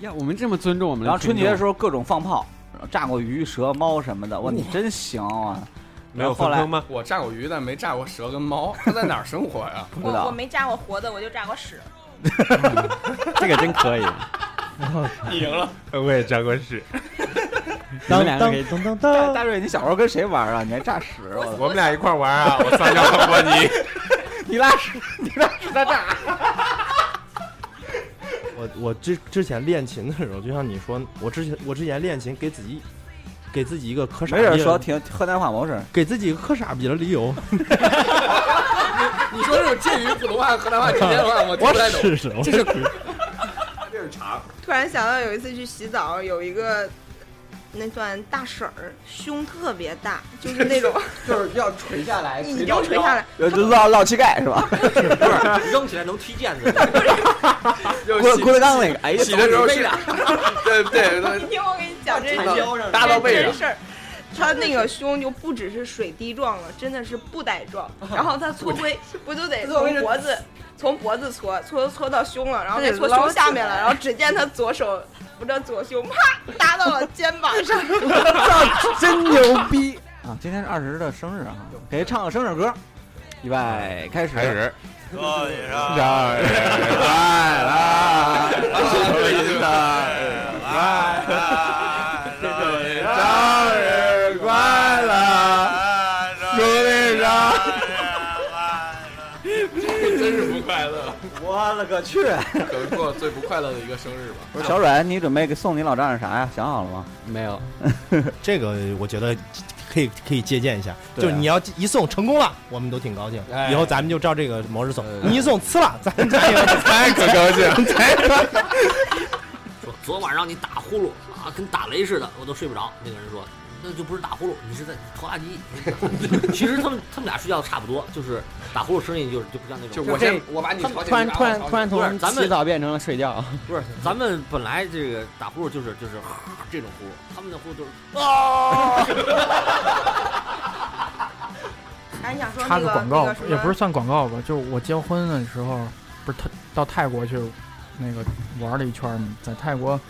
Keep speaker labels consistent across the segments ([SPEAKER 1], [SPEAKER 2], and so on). [SPEAKER 1] 呀，我们这么尊重我们的
[SPEAKER 2] 然后春节的时
[SPEAKER 1] 候
[SPEAKER 2] 候各种放炮，炸过鱼、蛇、猫什么的。
[SPEAKER 1] 嗯
[SPEAKER 2] 哇，你真行啊！
[SPEAKER 3] 没有分
[SPEAKER 2] 然后后来
[SPEAKER 3] 坑吗？
[SPEAKER 4] 我炸过鱼，但没炸过蛇跟猫。它在哪儿生活呀？
[SPEAKER 2] 不
[SPEAKER 5] 我
[SPEAKER 2] 知
[SPEAKER 5] 我
[SPEAKER 2] 道，
[SPEAKER 5] 没炸过活的，我就炸过屎。
[SPEAKER 1] 这个真可以，
[SPEAKER 4] 你赢了，
[SPEAKER 3] 我也沾过屎，
[SPEAKER 1] 你们
[SPEAKER 2] 当
[SPEAKER 1] 两个
[SPEAKER 2] 当
[SPEAKER 1] 可以噔噔
[SPEAKER 2] 大
[SPEAKER 1] 噔，
[SPEAKER 2] 大瑞，你小时候跟谁玩啊？你 还炸屎？我
[SPEAKER 3] 我们俩一块儿玩啊！我撒尿和你，
[SPEAKER 2] 你拉屎，你拉屎他炸。
[SPEAKER 6] 我我之之前练琴的时候，就像你说，我之前我之前练琴给自己给自己一个可傻
[SPEAKER 2] 没
[SPEAKER 6] 逼
[SPEAKER 2] 人说
[SPEAKER 6] 的，
[SPEAKER 2] 挺河南话没事。
[SPEAKER 6] 给自己一个可傻逼的理由，
[SPEAKER 4] 你说这种介于普通话和河南话之间的话，我听不太懂。
[SPEAKER 6] 试试，我
[SPEAKER 4] 这是
[SPEAKER 3] 这是茶。
[SPEAKER 5] 突然想到有一次去洗澡，有一个那算大婶儿，胸特别大，就是 那种
[SPEAKER 4] 就是要垂下来
[SPEAKER 5] 已经垂下来，
[SPEAKER 2] 呃，就落落膝盖是吧？
[SPEAKER 7] 扔起来能踢毽子，
[SPEAKER 4] 就
[SPEAKER 2] 郭
[SPEAKER 4] 洗
[SPEAKER 2] 郭德纲那个，哎呀，
[SPEAKER 4] 洗的时候
[SPEAKER 2] 走
[SPEAKER 4] 是
[SPEAKER 2] 你妹的，
[SPEAKER 4] 对对
[SPEAKER 5] 你
[SPEAKER 4] 对，
[SPEAKER 5] 听我给你讲这
[SPEAKER 4] 缠
[SPEAKER 5] 个
[SPEAKER 7] 腰上
[SPEAKER 4] 搭到背
[SPEAKER 5] 真
[SPEAKER 4] 上。
[SPEAKER 5] 事儿。他那个胸就不只是水滴状了，真的是布袋状。然后他搓龟不就得从脖子从脖子搓搓搓到胸了，然后再搓胸下面了。然后只见他左手扶着左胸，啪 搭到了肩膀 上。
[SPEAKER 2] 真牛逼啊！今天是二十的生日啊，给唱个生日歌。预备，开始。
[SPEAKER 3] 开始。
[SPEAKER 7] 我也是
[SPEAKER 3] 来来来，
[SPEAKER 4] 对
[SPEAKER 3] 来来，生日快乐，祝你生
[SPEAKER 4] 真是不快乐，
[SPEAKER 2] 我了个去！
[SPEAKER 4] 可能过最不快乐的一个生日吧。
[SPEAKER 2] 不是小阮，你准备给送你老丈人啥呀？想好了吗？
[SPEAKER 1] 没有，
[SPEAKER 6] 这个我觉得可以可以借鉴一下，
[SPEAKER 2] 对啊
[SPEAKER 6] 就是你要一送成功了，我们都挺高兴，
[SPEAKER 3] 哎
[SPEAKER 6] 以后咱们就照这个模式送。你一送呲了，咱咱也
[SPEAKER 3] 太可高兴了，
[SPEAKER 7] 说昨晚让你打呼噜啊，跟打雷似的，我都睡不着。那个人说，那就不是打呼噜，你是在拖拉机。 其实他们他们俩睡觉差不多，就是打呼噜声音就是就不像那
[SPEAKER 4] 就
[SPEAKER 7] 种。
[SPEAKER 4] 我先，我把你吵醒，
[SPEAKER 1] 突然
[SPEAKER 4] 你
[SPEAKER 1] 突
[SPEAKER 4] 把我吵
[SPEAKER 1] 然突
[SPEAKER 4] 醒
[SPEAKER 1] 然从
[SPEAKER 7] 不是咱们
[SPEAKER 1] 洗澡变成了睡觉，
[SPEAKER 7] 不是，咱们本来这个打呼噜就是就是这种呼噜，他们的呼噜就是啊。
[SPEAKER 5] 还哎想说
[SPEAKER 8] 插
[SPEAKER 5] 那
[SPEAKER 8] 个
[SPEAKER 5] 个
[SPEAKER 8] 广告
[SPEAKER 5] 那个什，么
[SPEAKER 8] 也不是算广告吧，就是我结婚的时候，不是他到泰国去那个玩了一圈嘛，在泰国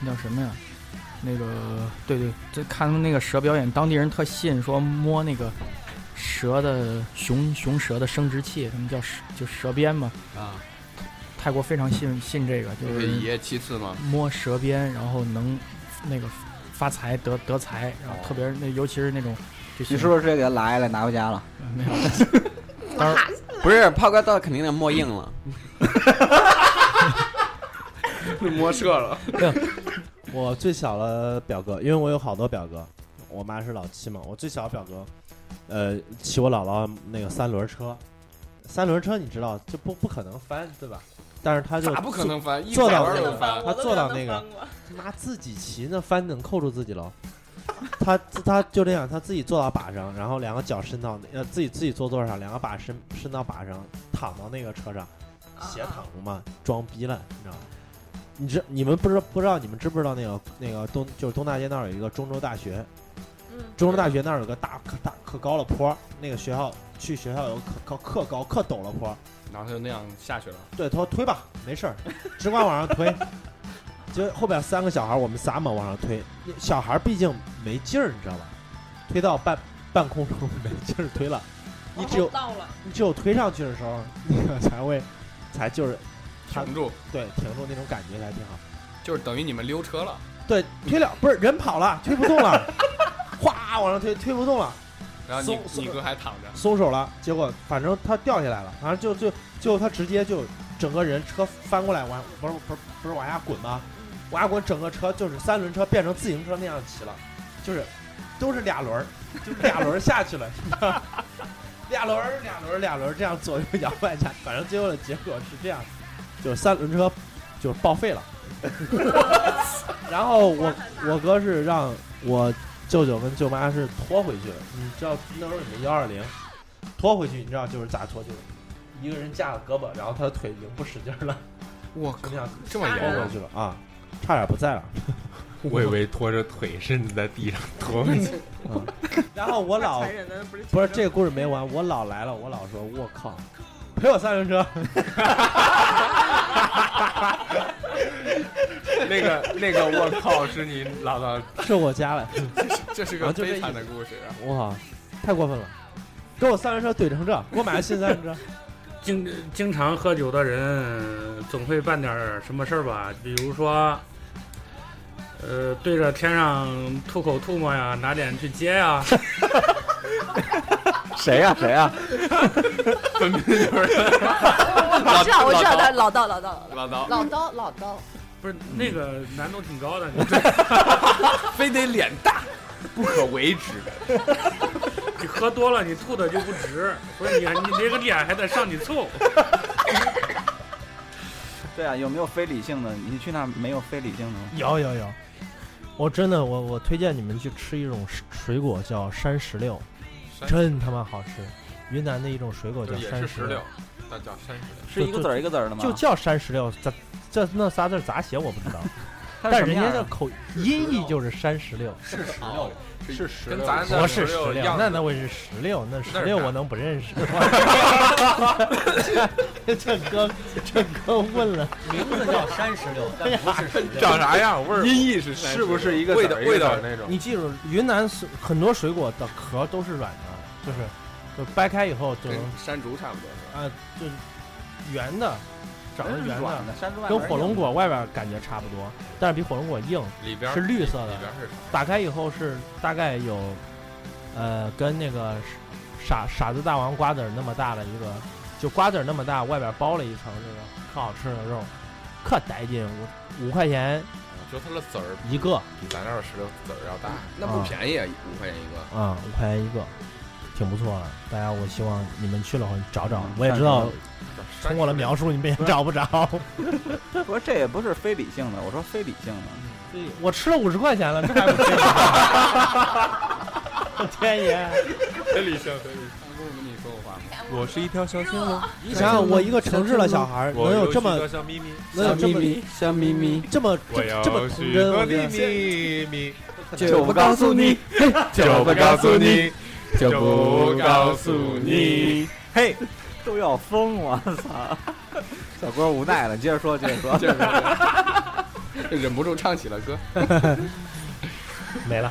[SPEAKER 8] 那叫什么呀？那个对对，就看他们那个蛇表演，当地人特信，说摸那个蛇的雄雄蛇的生殖器，他们叫蛇就蛇鞭嘛。
[SPEAKER 4] 啊，
[SPEAKER 8] 泰国非常信信这个，就
[SPEAKER 4] 就是
[SPEAKER 8] 是
[SPEAKER 4] 一夜七次 吗？
[SPEAKER 8] 摸蛇鞭，然后能那个发财得得财，然后特别是那尤其是那种 就
[SPEAKER 2] 你
[SPEAKER 8] 是
[SPEAKER 2] 是不是直接给他拿下来拿回家了？
[SPEAKER 8] 没有？
[SPEAKER 1] 当然不是炮哥到肯定得默硬了，
[SPEAKER 4] 摸射了，
[SPEAKER 6] 我最小的表哥，因为我有好多表哥，我妈是老七嘛，我最小的表哥，呃，骑我姥姥那个三轮车，三轮车你知道就不不可能翻对吧？但是他就
[SPEAKER 4] 咋不可能翻？一
[SPEAKER 6] 坐
[SPEAKER 4] 拐
[SPEAKER 6] 到
[SPEAKER 4] 弯
[SPEAKER 6] 那
[SPEAKER 4] 都
[SPEAKER 6] 个
[SPEAKER 4] 能翻。
[SPEAKER 6] 他坐到那个妈自己骑那翻能扣住自己喽。他他就这样，他自己坐到把上，然后两个脚伸到呃自己自己坐座上，两个把伸伸到把上，躺到那个车上，
[SPEAKER 5] 啊
[SPEAKER 6] 斜躺着嘛，装逼了，你知道吗？你知你们不知道不知道你们知不知道那个那个东就是东大街那儿有一个中州大学，
[SPEAKER 5] 嗯
[SPEAKER 6] 中州大学那儿有个大可大可高的坡，那个学校去学校有个可可可高可陡的坡，
[SPEAKER 4] 然后他就那样下去了。
[SPEAKER 6] 对，他说推吧，没事儿， 只管往上推。就后边三个小孩儿，我们仨嘛往上推，小孩儿毕竟没劲儿，你知道吧？推到半半空中没劲儿推了，你只有
[SPEAKER 5] 到了，
[SPEAKER 6] 你只有推上去的时候，那个才会才就是他
[SPEAKER 4] 停住，
[SPEAKER 6] 对停住那种感觉才挺好。
[SPEAKER 4] 就是等于你们溜车了。
[SPEAKER 6] 对，推了不是人跑了，推不动 了，哗往上推推不动了，
[SPEAKER 4] 然后
[SPEAKER 6] 松
[SPEAKER 4] 你你哥还躺着，
[SPEAKER 6] 松手了，结果反正他掉下来了，反正就就就他直接就整个人车翻过来往不是不是不是往下滚吗？往下滚，整个车就是三轮车变成自行车那样骑了，就是都是俩轮儿，就是俩轮儿下去了， 你知道吗俩轮儿俩轮儿俩轮儿这样左右摇摆一下，反正最后的结果是这样，就是三轮车就是报废了。 然后我我哥是让我舅舅跟舅妈是拖回去的，你知道那时候你们幺二零拖回去，你知道就是咋拖就是一个人架着胳膊，然后他的腿已经不使劲儿 了，
[SPEAKER 4] 我
[SPEAKER 6] 就
[SPEAKER 4] 靠
[SPEAKER 6] 那，样
[SPEAKER 4] 这么
[SPEAKER 6] 拖
[SPEAKER 4] 严
[SPEAKER 6] 回
[SPEAKER 4] 重？
[SPEAKER 6] 去了啊，差点不在了。
[SPEAKER 3] 我以为拖着腿甚至在地上拖回去。
[SPEAKER 6] 然后我
[SPEAKER 5] 太
[SPEAKER 6] 姥
[SPEAKER 5] 残忍了，不是
[SPEAKER 6] 不是这个故事没完，我姥来了，我姥说我靠，赔我三轮车。
[SPEAKER 3] 那个那个，我靠，是你老早
[SPEAKER 6] 是我家 了，
[SPEAKER 4] 这是个
[SPEAKER 6] 啊就这
[SPEAKER 4] 悲
[SPEAKER 6] 意
[SPEAKER 4] 惨
[SPEAKER 6] 思
[SPEAKER 4] 的故事啊！
[SPEAKER 6] 我靠，太过分了！给我三轮车怼成这，给我买个新三轮车。
[SPEAKER 9] 经经常喝酒的人总会办点儿什么事儿吧，比如说，呃，对着天上吐口吐沫呀，拿脸去接呀，
[SPEAKER 2] 谁呀、谁呀、
[SPEAKER 3] 分明就是
[SPEAKER 10] 我知道，我知道
[SPEAKER 3] 老
[SPEAKER 10] 他老道老道
[SPEAKER 3] 老早
[SPEAKER 10] 老道老道，
[SPEAKER 9] 不是那个难度挺 高的，你
[SPEAKER 3] 非得脸大不可为之。
[SPEAKER 9] 你喝多了你吐的就不直，不是你你这个脸还得上你醋，
[SPEAKER 2] 对啊，有没有非理性的？你去那儿没有非理性的吗？
[SPEAKER 6] 有有有，我真的我我推荐你们去吃一种水水果叫山石榴，
[SPEAKER 3] 山
[SPEAKER 6] 真他妈好吃。云南的一种水果叫
[SPEAKER 3] 就也
[SPEAKER 6] 山
[SPEAKER 3] 是
[SPEAKER 6] 石
[SPEAKER 3] 石
[SPEAKER 6] 榴
[SPEAKER 3] 榴，，那叫山石榴。
[SPEAKER 2] 是一个字儿一个字儿的吗？
[SPEAKER 6] 就叫山石榴，咋这那仨字儿咋写我不知道，
[SPEAKER 2] 它
[SPEAKER 6] 但
[SPEAKER 2] 什
[SPEAKER 6] 人
[SPEAKER 2] 么
[SPEAKER 6] 家
[SPEAKER 2] 样
[SPEAKER 6] 的
[SPEAKER 2] 啊
[SPEAKER 6] 口音译就是山石榴，
[SPEAKER 4] 哦是石榴，跟
[SPEAKER 3] 是石榴
[SPEAKER 4] 咱
[SPEAKER 6] 不
[SPEAKER 4] 这石
[SPEAKER 6] 是石
[SPEAKER 4] 榴
[SPEAKER 6] 榴，
[SPEAKER 4] 样
[SPEAKER 6] 那
[SPEAKER 4] 子
[SPEAKER 6] 那会是石榴，那石
[SPEAKER 3] 那是
[SPEAKER 6] 榴
[SPEAKER 3] 啥
[SPEAKER 6] 我能不认识吗？ 这这哥这哥问了，
[SPEAKER 7] 名字叫山石榴，但不是石 榴。
[SPEAKER 3] 长啥样？味儿
[SPEAKER 4] 音译是
[SPEAKER 3] 是不是一个
[SPEAKER 4] 味
[SPEAKER 3] 籽
[SPEAKER 4] 道
[SPEAKER 3] 儿一个
[SPEAKER 4] 味
[SPEAKER 3] 籽
[SPEAKER 4] 道
[SPEAKER 3] 儿那种？
[SPEAKER 6] 你记住，云南水很多水果的壳都是软的，就是就掰开以后就
[SPEAKER 3] 嗯
[SPEAKER 4] 跟
[SPEAKER 6] 能
[SPEAKER 4] 山竹差不多。
[SPEAKER 6] 啊，就是圆的，长得
[SPEAKER 2] 真是
[SPEAKER 6] 圆
[SPEAKER 2] 软
[SPEAKER 6] 的，
[SPEAKER 2] 的，山竹外
[SPEAKER 6] 跟
[SPEAKER 2] 边
[SPEAKER 6] 火
[SPEAKER 2] 硬
[SPEAKER 6] 龙
[SPEAKER 2] 的
[SPEAKER 6] 果外边感觉差不多，但是比火龙果硬。
[SPEAKER 3] 里边儿
[SPEAKER 6] 是绿色的
[SPEAKER 3] 里边儿是啥？
[SPEAKER 6] 打开以后是大概有，呃，跟那个傻傻子大王瓜子儿那么大的一个，就瓜子儿那么大，外边包了一层这个可好吃的肉，可带劲，五五块钱
[SPEAKER 3] 就它的籽儿
[SPEAKER 6] 一个
[SPEAKER 3] 比咱这儿石榴籽儿要大。
[SPEAKER 4] 那不便宜，啊，五块钱一个。
[SPEAKER 6] 啊，五块钱一个，挺不错的。大家，我希望你们去了后你找找
[SPEAKER 2] 嗯，
[SPEAKER 6] 我也知道
[SPEAKER 3] 山
[SPEAKER 6] 通过了
[SPEAKER 3] 石榴
[SPEAKER 6] 描述你们也找不着。
[SPEAKER 2] 不是，这也不是非理性的。我说非理性的，
[SPEAKER 6] 我吃了五十块钱了，这还 不行？ 天爷！
[SPEAKER 3] 非理性，非理性。
[SPEAKER 1] 不是跟你说过话吗？
[SPEAKER 3] 我是一条小青龙，
[SPEAKER 6] 你想想，我一个城市的小孩儿
[SPEAKER 3] 我
[SPEAKER 6] 能有这
[SPEAKER 3] 许
[SPEAKER 6] 么
[SPEAKER 3] 多小秘密，
[SPEAKER 6] 能有这么
[SPEAKER 1] 小咪咪，
[SPEAKER 6] 这么
[SPEAKER 3] 我
[SPEAKER 6] 这
[SPEAKER 3] 要
[SPEAKER 6] 这么童
[SPEAKER 3] 许
[SPEAKER 6] 真，
[SPEAKER 3] 多
[SPEAKER 6] 我
[SPEAKER 3] 的
[SPEAKER 6] 觉得
[SPEAKER 3] 秘 密，
[SPEAKER 1] 就不告诉你，
[SPEAKER 3] 就不告诉你，
[SPEAKER 1] 就
[SPEAKER 3] 就不告诉你。
[SPEAKER 2] 嘿，都要疯，我 操！小郭无奈了，接着说，接着说，
[SPEAKER 4] 就是忍不住唱起了歌。
[SPEAKER 6] 没了。